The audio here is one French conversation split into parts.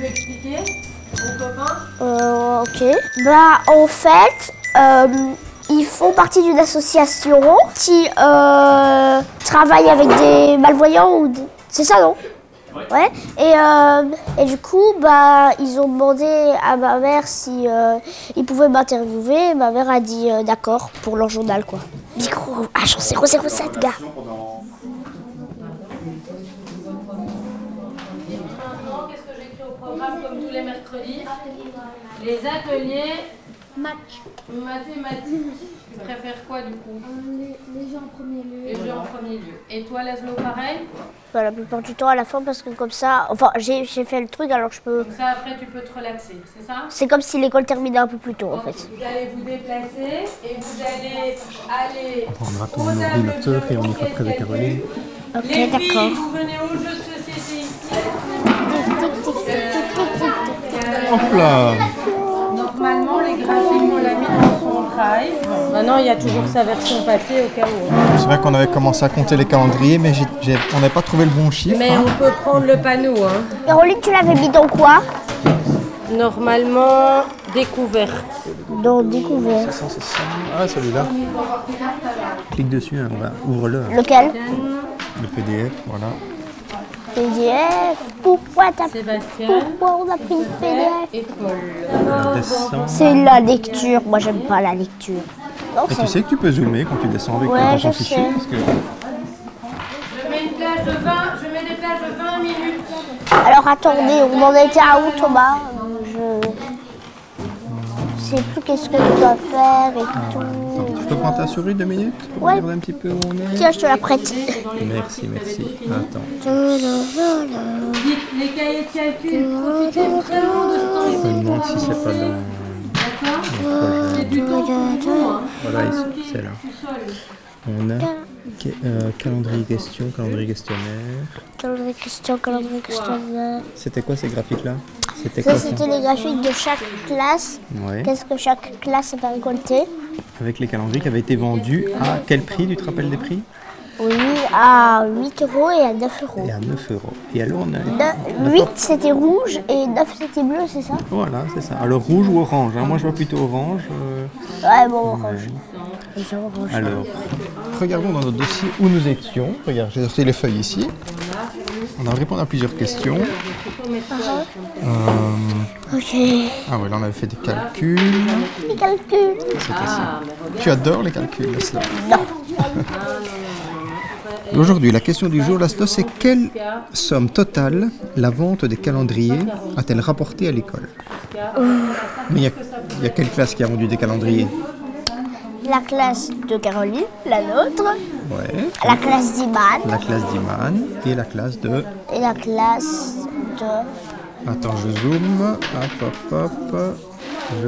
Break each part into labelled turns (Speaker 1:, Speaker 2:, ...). Speaker 1: veux expliquer aux copains
Speaker 2: Euh, ok. Bah, en fait, euh, ils font partie d'une association qui euh, travaille avec des malvoyants ou des- c'est ça non Ouais. Et, euh, et du coup, bah, ils ont demandé à ma mère si euh, ils pouvaient m'interviewer. Ma mère a dit euh, d'accord pour leur journal quoi. Micro ah, agent 007 gars.
Speaker 3: pendant
Speaker 1: Maintenant, qu'est-ce que j'écris au programme comme tous les mercredis Les ateliers
Speaker 4: Match.
Speaker 1: mathématiques. Tu préfères quoi du coup
Speaker 4: Euh, les, les gens en premier lieu.
Speaker 1: Les jeux en premier lieu. Et toi, Laszlo, pareil
Speaker 2: Bah, la plupart du temps à la fin parce que comme ça, enfin j'ai j'ai fait le truc alors je peux.
Speaker 1: Comme ça, après, tu peux te relaxer, c'est ça
Speaker 2: C'est comme si l'école terminait un peu plus tôt en fait.
Speaker 1: Vous allez vous déplacer et vous allez aller
Speaker 5: prendra ton
Speaker 1: au table
Speaker 5: ordinateur et on
Speaker 1: de
Speaker 5: ira après avec Caroline.
Speaker 2: Ok,
Speaker 1: Les filles,
Speaker 2: d'accord.
Speaker 1: vous venez au jeu de société ici.
Speaker 5: Hop là
Speaker 1: Normalement, les graphiques, on l'a mis dans son drive. Maintenant, il y a toujours sa version papier au cas où. hein.
Speaker 5: C'est vrai qu'on avait commencé à compter les calendriers, mais j'ai- j'ai- on n'avait pas trouvé le bon chiffre.
Speaker 6: Mais
Speaker 5: hein.
Speaker 6: on peut prendre le panneau. hein.
Speaker 2: Caroline, tu l'avais mis dans quoi
Speaker 6: Normalement, découvert.
Speaker 2: Dans découvert.
Speaker 5: Ah, celui-là. Clique dessus, hein, voilà. ouvre-le. hein.
Speaker 2: Lequel
Speaker 5: Le PDF, voilà.
Speaker 2: PDF. eh, Pourquoi t'as
Speaker 1: Sébastien,
Speaker 2: pourquoi on a pris le PDF
Speaker 1: et Paul.
Speaker 5: On descend.
Speaker 2: C'est la lecture. Moi, j'aime pas la lecture. Non,
Speaker 5: Et tu sais que tu peux zoomer quand tu descends avec
Speaker 2: Ouais,
Speaker 5: dans ton
Speaker 2: je
Speaker 5: fichier.
Speaker 2: sais.
Speaker 5: Parce que
Speaker 1: Je mets une plage de 20, je mets des plages de 20 minutes.
Speaker 2: Alors attendez, on en était à où Thomas Euh, Je sais plus qu'est-ce que je dois faire et
Speaker 5: je
Speaker 2: tout.
Speaker 5: peux prendre ta souris deux minutes pour
Speaker 2: Ouais.
Speaker 5: regarder un petit peu où on est.
Speaker 2: Tiens, je te la prête.
Speaker 5: Merci, merci. Attends.
Speaker 1: Vite, les cahiers de calcul, profitez vraiment de ce temps
Speaker 5: Je me
Speaker 1: ici
Speaker 5: demande
Speaker 1: pour
Speaker 5: si c'est pas
Speaker 1: avancer.
Speaker 5: dans.
Speaker 1: D'accord C'est du temps pour tout, hein.
Speaker 5: Voilà,
Speaker 1: Pas
Speaker 5: ici,
Speaker 1: bloqué
Speaker 5: c'est là.
Speaker 1: tout seul.
Speaker 5: On a ca- euh, calendrier question, calendrier questionnaire.
Speaker 2: Calendrier question, calendrier questionnaire.
Speaker 5: C'était quoi ces graphiques-là C'était
Speaker 2: Ça,
Speaker 5: quoi ça
Speaker 2: c'était les graphiques de chaque classe.
Speaker 5: Ouais.
Speaker 2: Qu'est-ce que chaque classe avait récolté
Speaker 5: Avec les calendriers qui avaient été vendus à quel prix Tu te rappelles des prix
Speaker 2: Oui, à 8 euros et à 9 euros.
Speaker 5: Et à 9 euros. Et alors on a.
Speaker 2: Ne- 8 c'était rouge et 9 c'était bleu, c'est ça
Speaker 5: Voilà, c'est ça. Alors rouge ou orange hein Moi je vois plutôt orange. euh,
Speaker 2: Ouais, bon, orange. Les gens orange.
Speaker 5: Alors, regardons dans notre dossier où nous étions. Regarde, j'ai sorti les feuilles ici. On a répondu à plusieurs questions. Euh,
Speaker 2: Ok. Les
Speaker 5: ah ouais, là on avait fait des calculs.
Speaker 2: calculs.
Speaker 5: Tu adores les calculs, Laszlo. Aujourd'hui, la question du jour, Laszlo, c'est quelle somme totale la vente des calendriers a-t-elle rapporté à l'école Mais il y a- il y, a quelle classe qui a vendu des calendriers
Speaker 2: La classe de Caroline, la nôtre,
Speaker 5: Ouais.
Speaker 2: la classe d'Iman
Speaker 5: La classe d'Iman et la classe de
Speaker 2: et la classe de
Speaker 5: Attends, je zoome. Hop, hop, hop.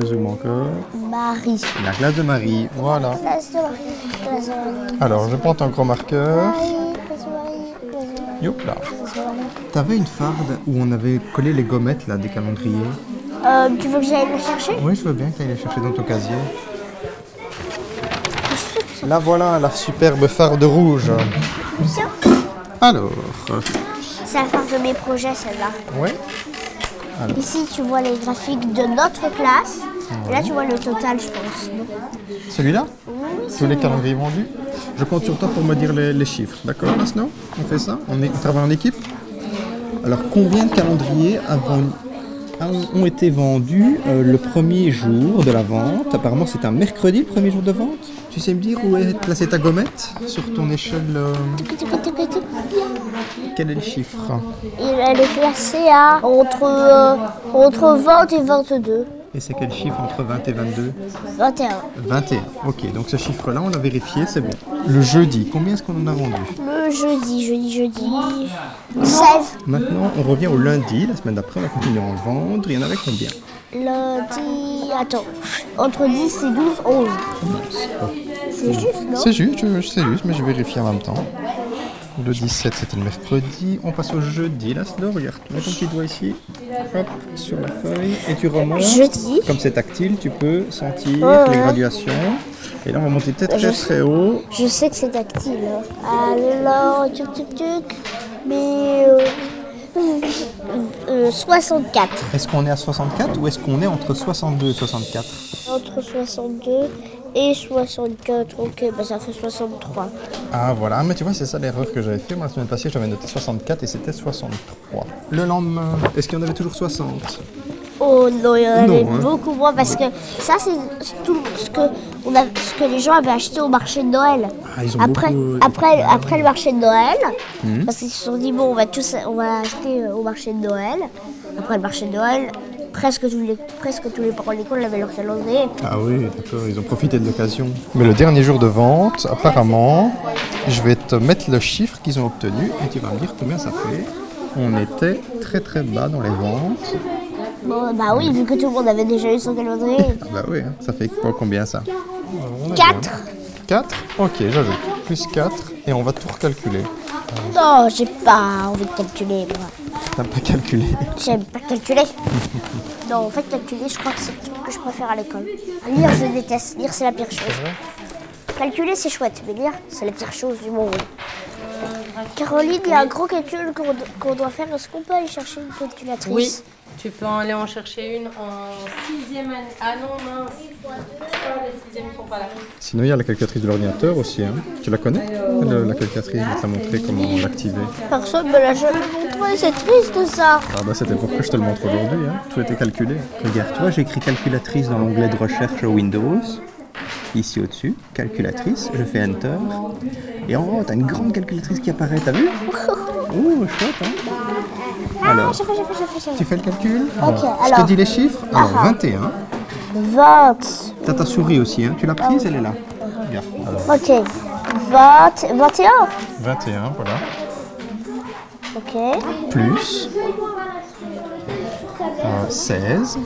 Speaker 5: Je zoome encore.
Speaker 2: Marie.
Speaker 5: La classe de Marie, voilà.
Speaker 2: Classe de Marie, classe de Marie,
Speaker 5: Alors, je prends ton gros marqueur.
Speaker 2: classe de Marie, classe de Marie,
Speaker 5: Youp là.
Speaker 2: classe de Marie.
Speaker 5: T'avais une farde où on avait collé les gommettes là des calendriers.
Speaker 2: Euh, tu veux que j'aille le chercher
Speaker 5: Oui, je veux bien que tu ailles les chercher dans ton casier. Là voilà la superbe farde rouge.
Speaker 2: Tiens,
Speaker 5: Alors,
Speaker 2: C'est la fin de mes projets, celle-là.
Speaker 5: ouais,
Speaker 2: Ici, tu vois les graphiques de notre classe. Et là, tu vois le total, je pense. non
Speaker 5: celui-là Tous les calendriers vendus Je compte sur toi pour me dire les, les chiffres, d'accord Masno On fait ça on, est, on travaille en équipe Alors combien de calendriers a vendu- a- ont été vendus euh, le premier jour de la vente Apparemment c'est un mercredi le premier jour de vente. Tu sais me dire où est placée ta gommette sur ton échelle euh, Quel est le chiffre
Speaker 2: Il, elle est classée à entre, euh, entre 20 et 22.
Speaker 5: Et c'est quel chiffre entre 20 et 22
Speaker 2: 21.
Speaker 5: 21. Ok, donc ce chiffre-là, on l'a vérifié, c'est bon. Le jeudi, combien est-ce qu'on en a vendu
Speaker 2: Le jeudi, jeudi, jeudi. 16.
Speaker 5: Maintenant, on revient au lundi, la semaine d'après, on va continuer à en vendre. Il y en avait combien
Speaker 2: Lundi. Attends. Entre 10 et 12, 11. C'est juste, non
Speaker 5: C'est juste, je- c'est juste, mais je vérifie en même temps. Le 17, c'était le mercredi. On passe au jeudi, là, c'est là, regarde. Mets ton petit doigt ici, hop, sur la feuille, et tu remontes.
Speaker 2: Jeudi.
Speaker 5: Comme c'est tactile, tu peux sentir les
Speaker 2: ouais.
Speaker 5: graduations. Et là, on va monter très très, très haut.
Speaker 2: Je sais que c'est tactile. hein. Alors, tuc tuc tuc. Mais euh, Euh, 64.
Speaker 5: Est-ce qu'on est à 64 ou est-ce qu'on est entre 62 et 64
Speaker 2: Entre 62 et 64. Ok, bah ça fait 63.
Speaker 5: Ah voilà, mais tu vois, c'est ça l'erreur que j'avais fait. Moi, la semaine passée, j'avais noté 64 et c'était 63. Le lendemain, est-ce qu'il y en avait toujours 60
Speaker 2: Oh non, il y en avait
Speaker 5: Non, hein.
Speaker 2: beaucoup moins parce que ça, c'est tout ce que, on a, ce que les gens avaient acheté au marché de Noël.
Speaker 5: Ah, ils ont
Speaker 2: après,
Speaker 5: beaucoup, euh, Hmm.
Speaker 2: après, après le marché de Noël, parce qu'ils se sont dit, bon, on va tous on va acheter euh, au marché de Noël. Après le marché de Noël, presque tous les, presque tous les parents d'école avaient leur calendrier.
Speaker 5: Ah oui, d'accord, ils ont profité de l'occasion. Mais le dernier jour de vente, apparemment, je vais te mettre le chiffre qu'ils ont obtenu et tu vas me dire combien ça fait. On était très très bas dans les ventes.
Speaker 2: Bon, bah oui, vu que tout le monde avait déjà eu son calendrier.
Speaker 5: Ah bah oui, hein, ça fait quoi, combien ça Ah
Speaker 2: 4
Speaker 5: hein. 4 Ok, j'ajoute. Plus 4 et on va tout recalculer.
Speaker 2: Non, j'ai pas envie de calculer, moi.
Speaker 5: T'as pas calculé
Speaker 2: J'aime pas calculer. non, en fait, calculer, je crois que c'est le truc que je préfère à l'école. Lire, je déteste. Lire, c'est la pire chose. Calculer, c'est chouette, mais lire, c'est la pire chose du monde. Caroline, il y a un gros calcul qu'on do- qu'on doit faire. Est-ce qu'on peut aller chercher une calculatrice
Speaker 1: Oui, tu peux en aller en chercher une en sixième année. Ah non, mince. Ah, Les sixièmes sont pas là.
Speaker 5: Sinon, il y a la calculatrice de l'ordinateur aussi. hein. Tu la connais Le- La calculatrice, je vais te la montrer comment l'activer.
Speaker 2: Personne me l'a jamais montré, c'est triste ça.
Speaker 5: Ah bah c'était pourquoi je te le montre aujourd'hui, hein. tout était calculé.
Speaker 3: Regarde, tu vois, j'ai écrit calculatrice dans l'onglet de recherche Windows. Ici au-dessus, calculatrice, je fais Enter. Et en haut, t'as une grande calculatrice qui apparaît, t'as vu Oh, chouette, hein Alors,
Speaker 2: J'ai fait, j'ai fait, j'ai fait, j'ai fait.
Speaker 5: Tu fais le calcul
Speaker 2: Ok,
Speaker 5: Je te
Speaker 2: alors. Ah.
Speaker 5: dis les chiffres Alors 21.
Speaker 2: 20.
Speaker 5: T'as ta souris aussi, hein. tu l'as prise, elle est là. Regarde. Alors,
Speaker 2: Ok. 20. 21.
Speaker 5: 21, voilà.
Speaker 2: Ok.
Speaker 5: Plus euh, 16.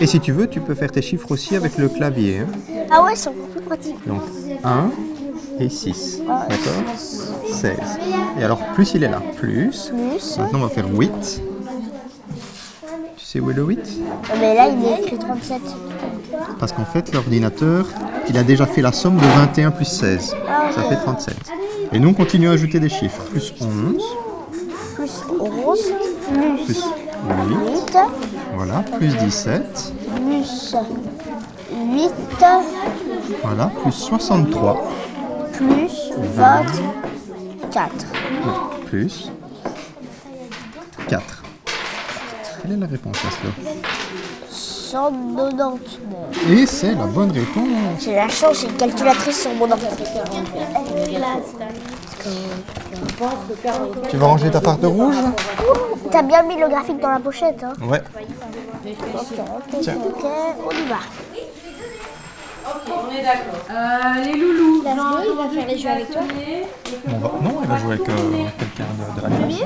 Speaker 5: Et si tu veux, tu peux faire tes chiffres aussi avec le clavier. hein.
Speaker 2: Ah ouais, c'est encore plus pratique.
Speaker 5: Donc 1 et 6. D'accord 16. Et alors, plus il est là. Plus.
Speaker 2: Plus.
Speaker 5: Maintenant, on va faire 8. Tu sais où est le 8
Speaker 2: Ah, Mais là, il est écrit 37.
Speaker 5: Parce qu'en fait, l'ordinateur, il a déjà fait la somme de 21 plus 16. Ça fait 37. Et nous, on continue à ajouter des chiffres. Plus 11,
Speaker 2: Plus 11. Plus
Speaker 5: plus 8,
Speaker 2: 8.
Speaker 5: voilà, plus 17,
Speaker 2: plus 8
Speaker 5: voilà, plus 63,
Speaker 2: plus 24.
Speaker 5: plus 4. Quelle est la réponse, Aslo
Speaker 2: 199.
Speaker 5: Et c'est la bonne réponse.
Speaker 2: J'ai la chance, j'ai une calculatrice sur mon ordinateur.
Speaker 5: Tu vas ranger ta part de rouge
Speaker 2: T'as bien mis le graphique dans la pochette, hein
Speaker 5: Ouais.
Speaker 2: Ok, ok, ok, on y va.
Speaker 1: On est d'accord. Euh, les loulous.
Speaker 4: Laszlo, il va faire les jeux avec toi.
Speaker 5: On va- Non, elle va jouer avec euh, quelqu'un de, de la famille.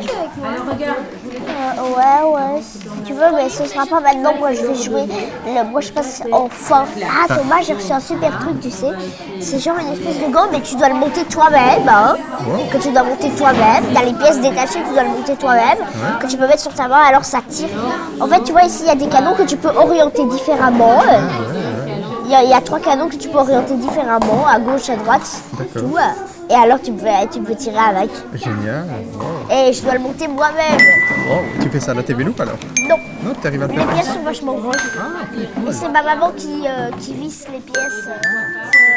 Speaker 2: Euh, ouais, ouais, si tu veux, mais ce sera pas maintenant. Moi, je vais jouer. Le... Moi, je passe en fin. Ah, Thomas, j'ai reçu un super truc, tu sais. C'est genre une espèce de gant, mais tu dois le monter toi-même. Hein, Que tu dois monter toi-même. T'as les pièces détachées, tu dois le monter toi-même. Que tu peux mettre sur ta main, alors ça tire. En fait, tu vois, ici, il y a des canons que tu peux orienter différemment. euh. Il y, a- il y a trois canons que tu peux orienter différemment, à gauche, à droite, tout. euh. Et alors, tu peux, tu peux tirer avec.
Speaker 5: Génial.
Speaker 2: Et je dois le monter moi-même.
Speaker 5: Wow. Tu fais ça à la TV Loop alors
Speaker 2: Non.
Speaker 5: Non, t'arrives à le
Speaker 2: Les
Speaker 5: faire
Speaker 2: pièces sont vachement grosses. Et c'est ma maman qui, euh, qui visse les pièces. euh,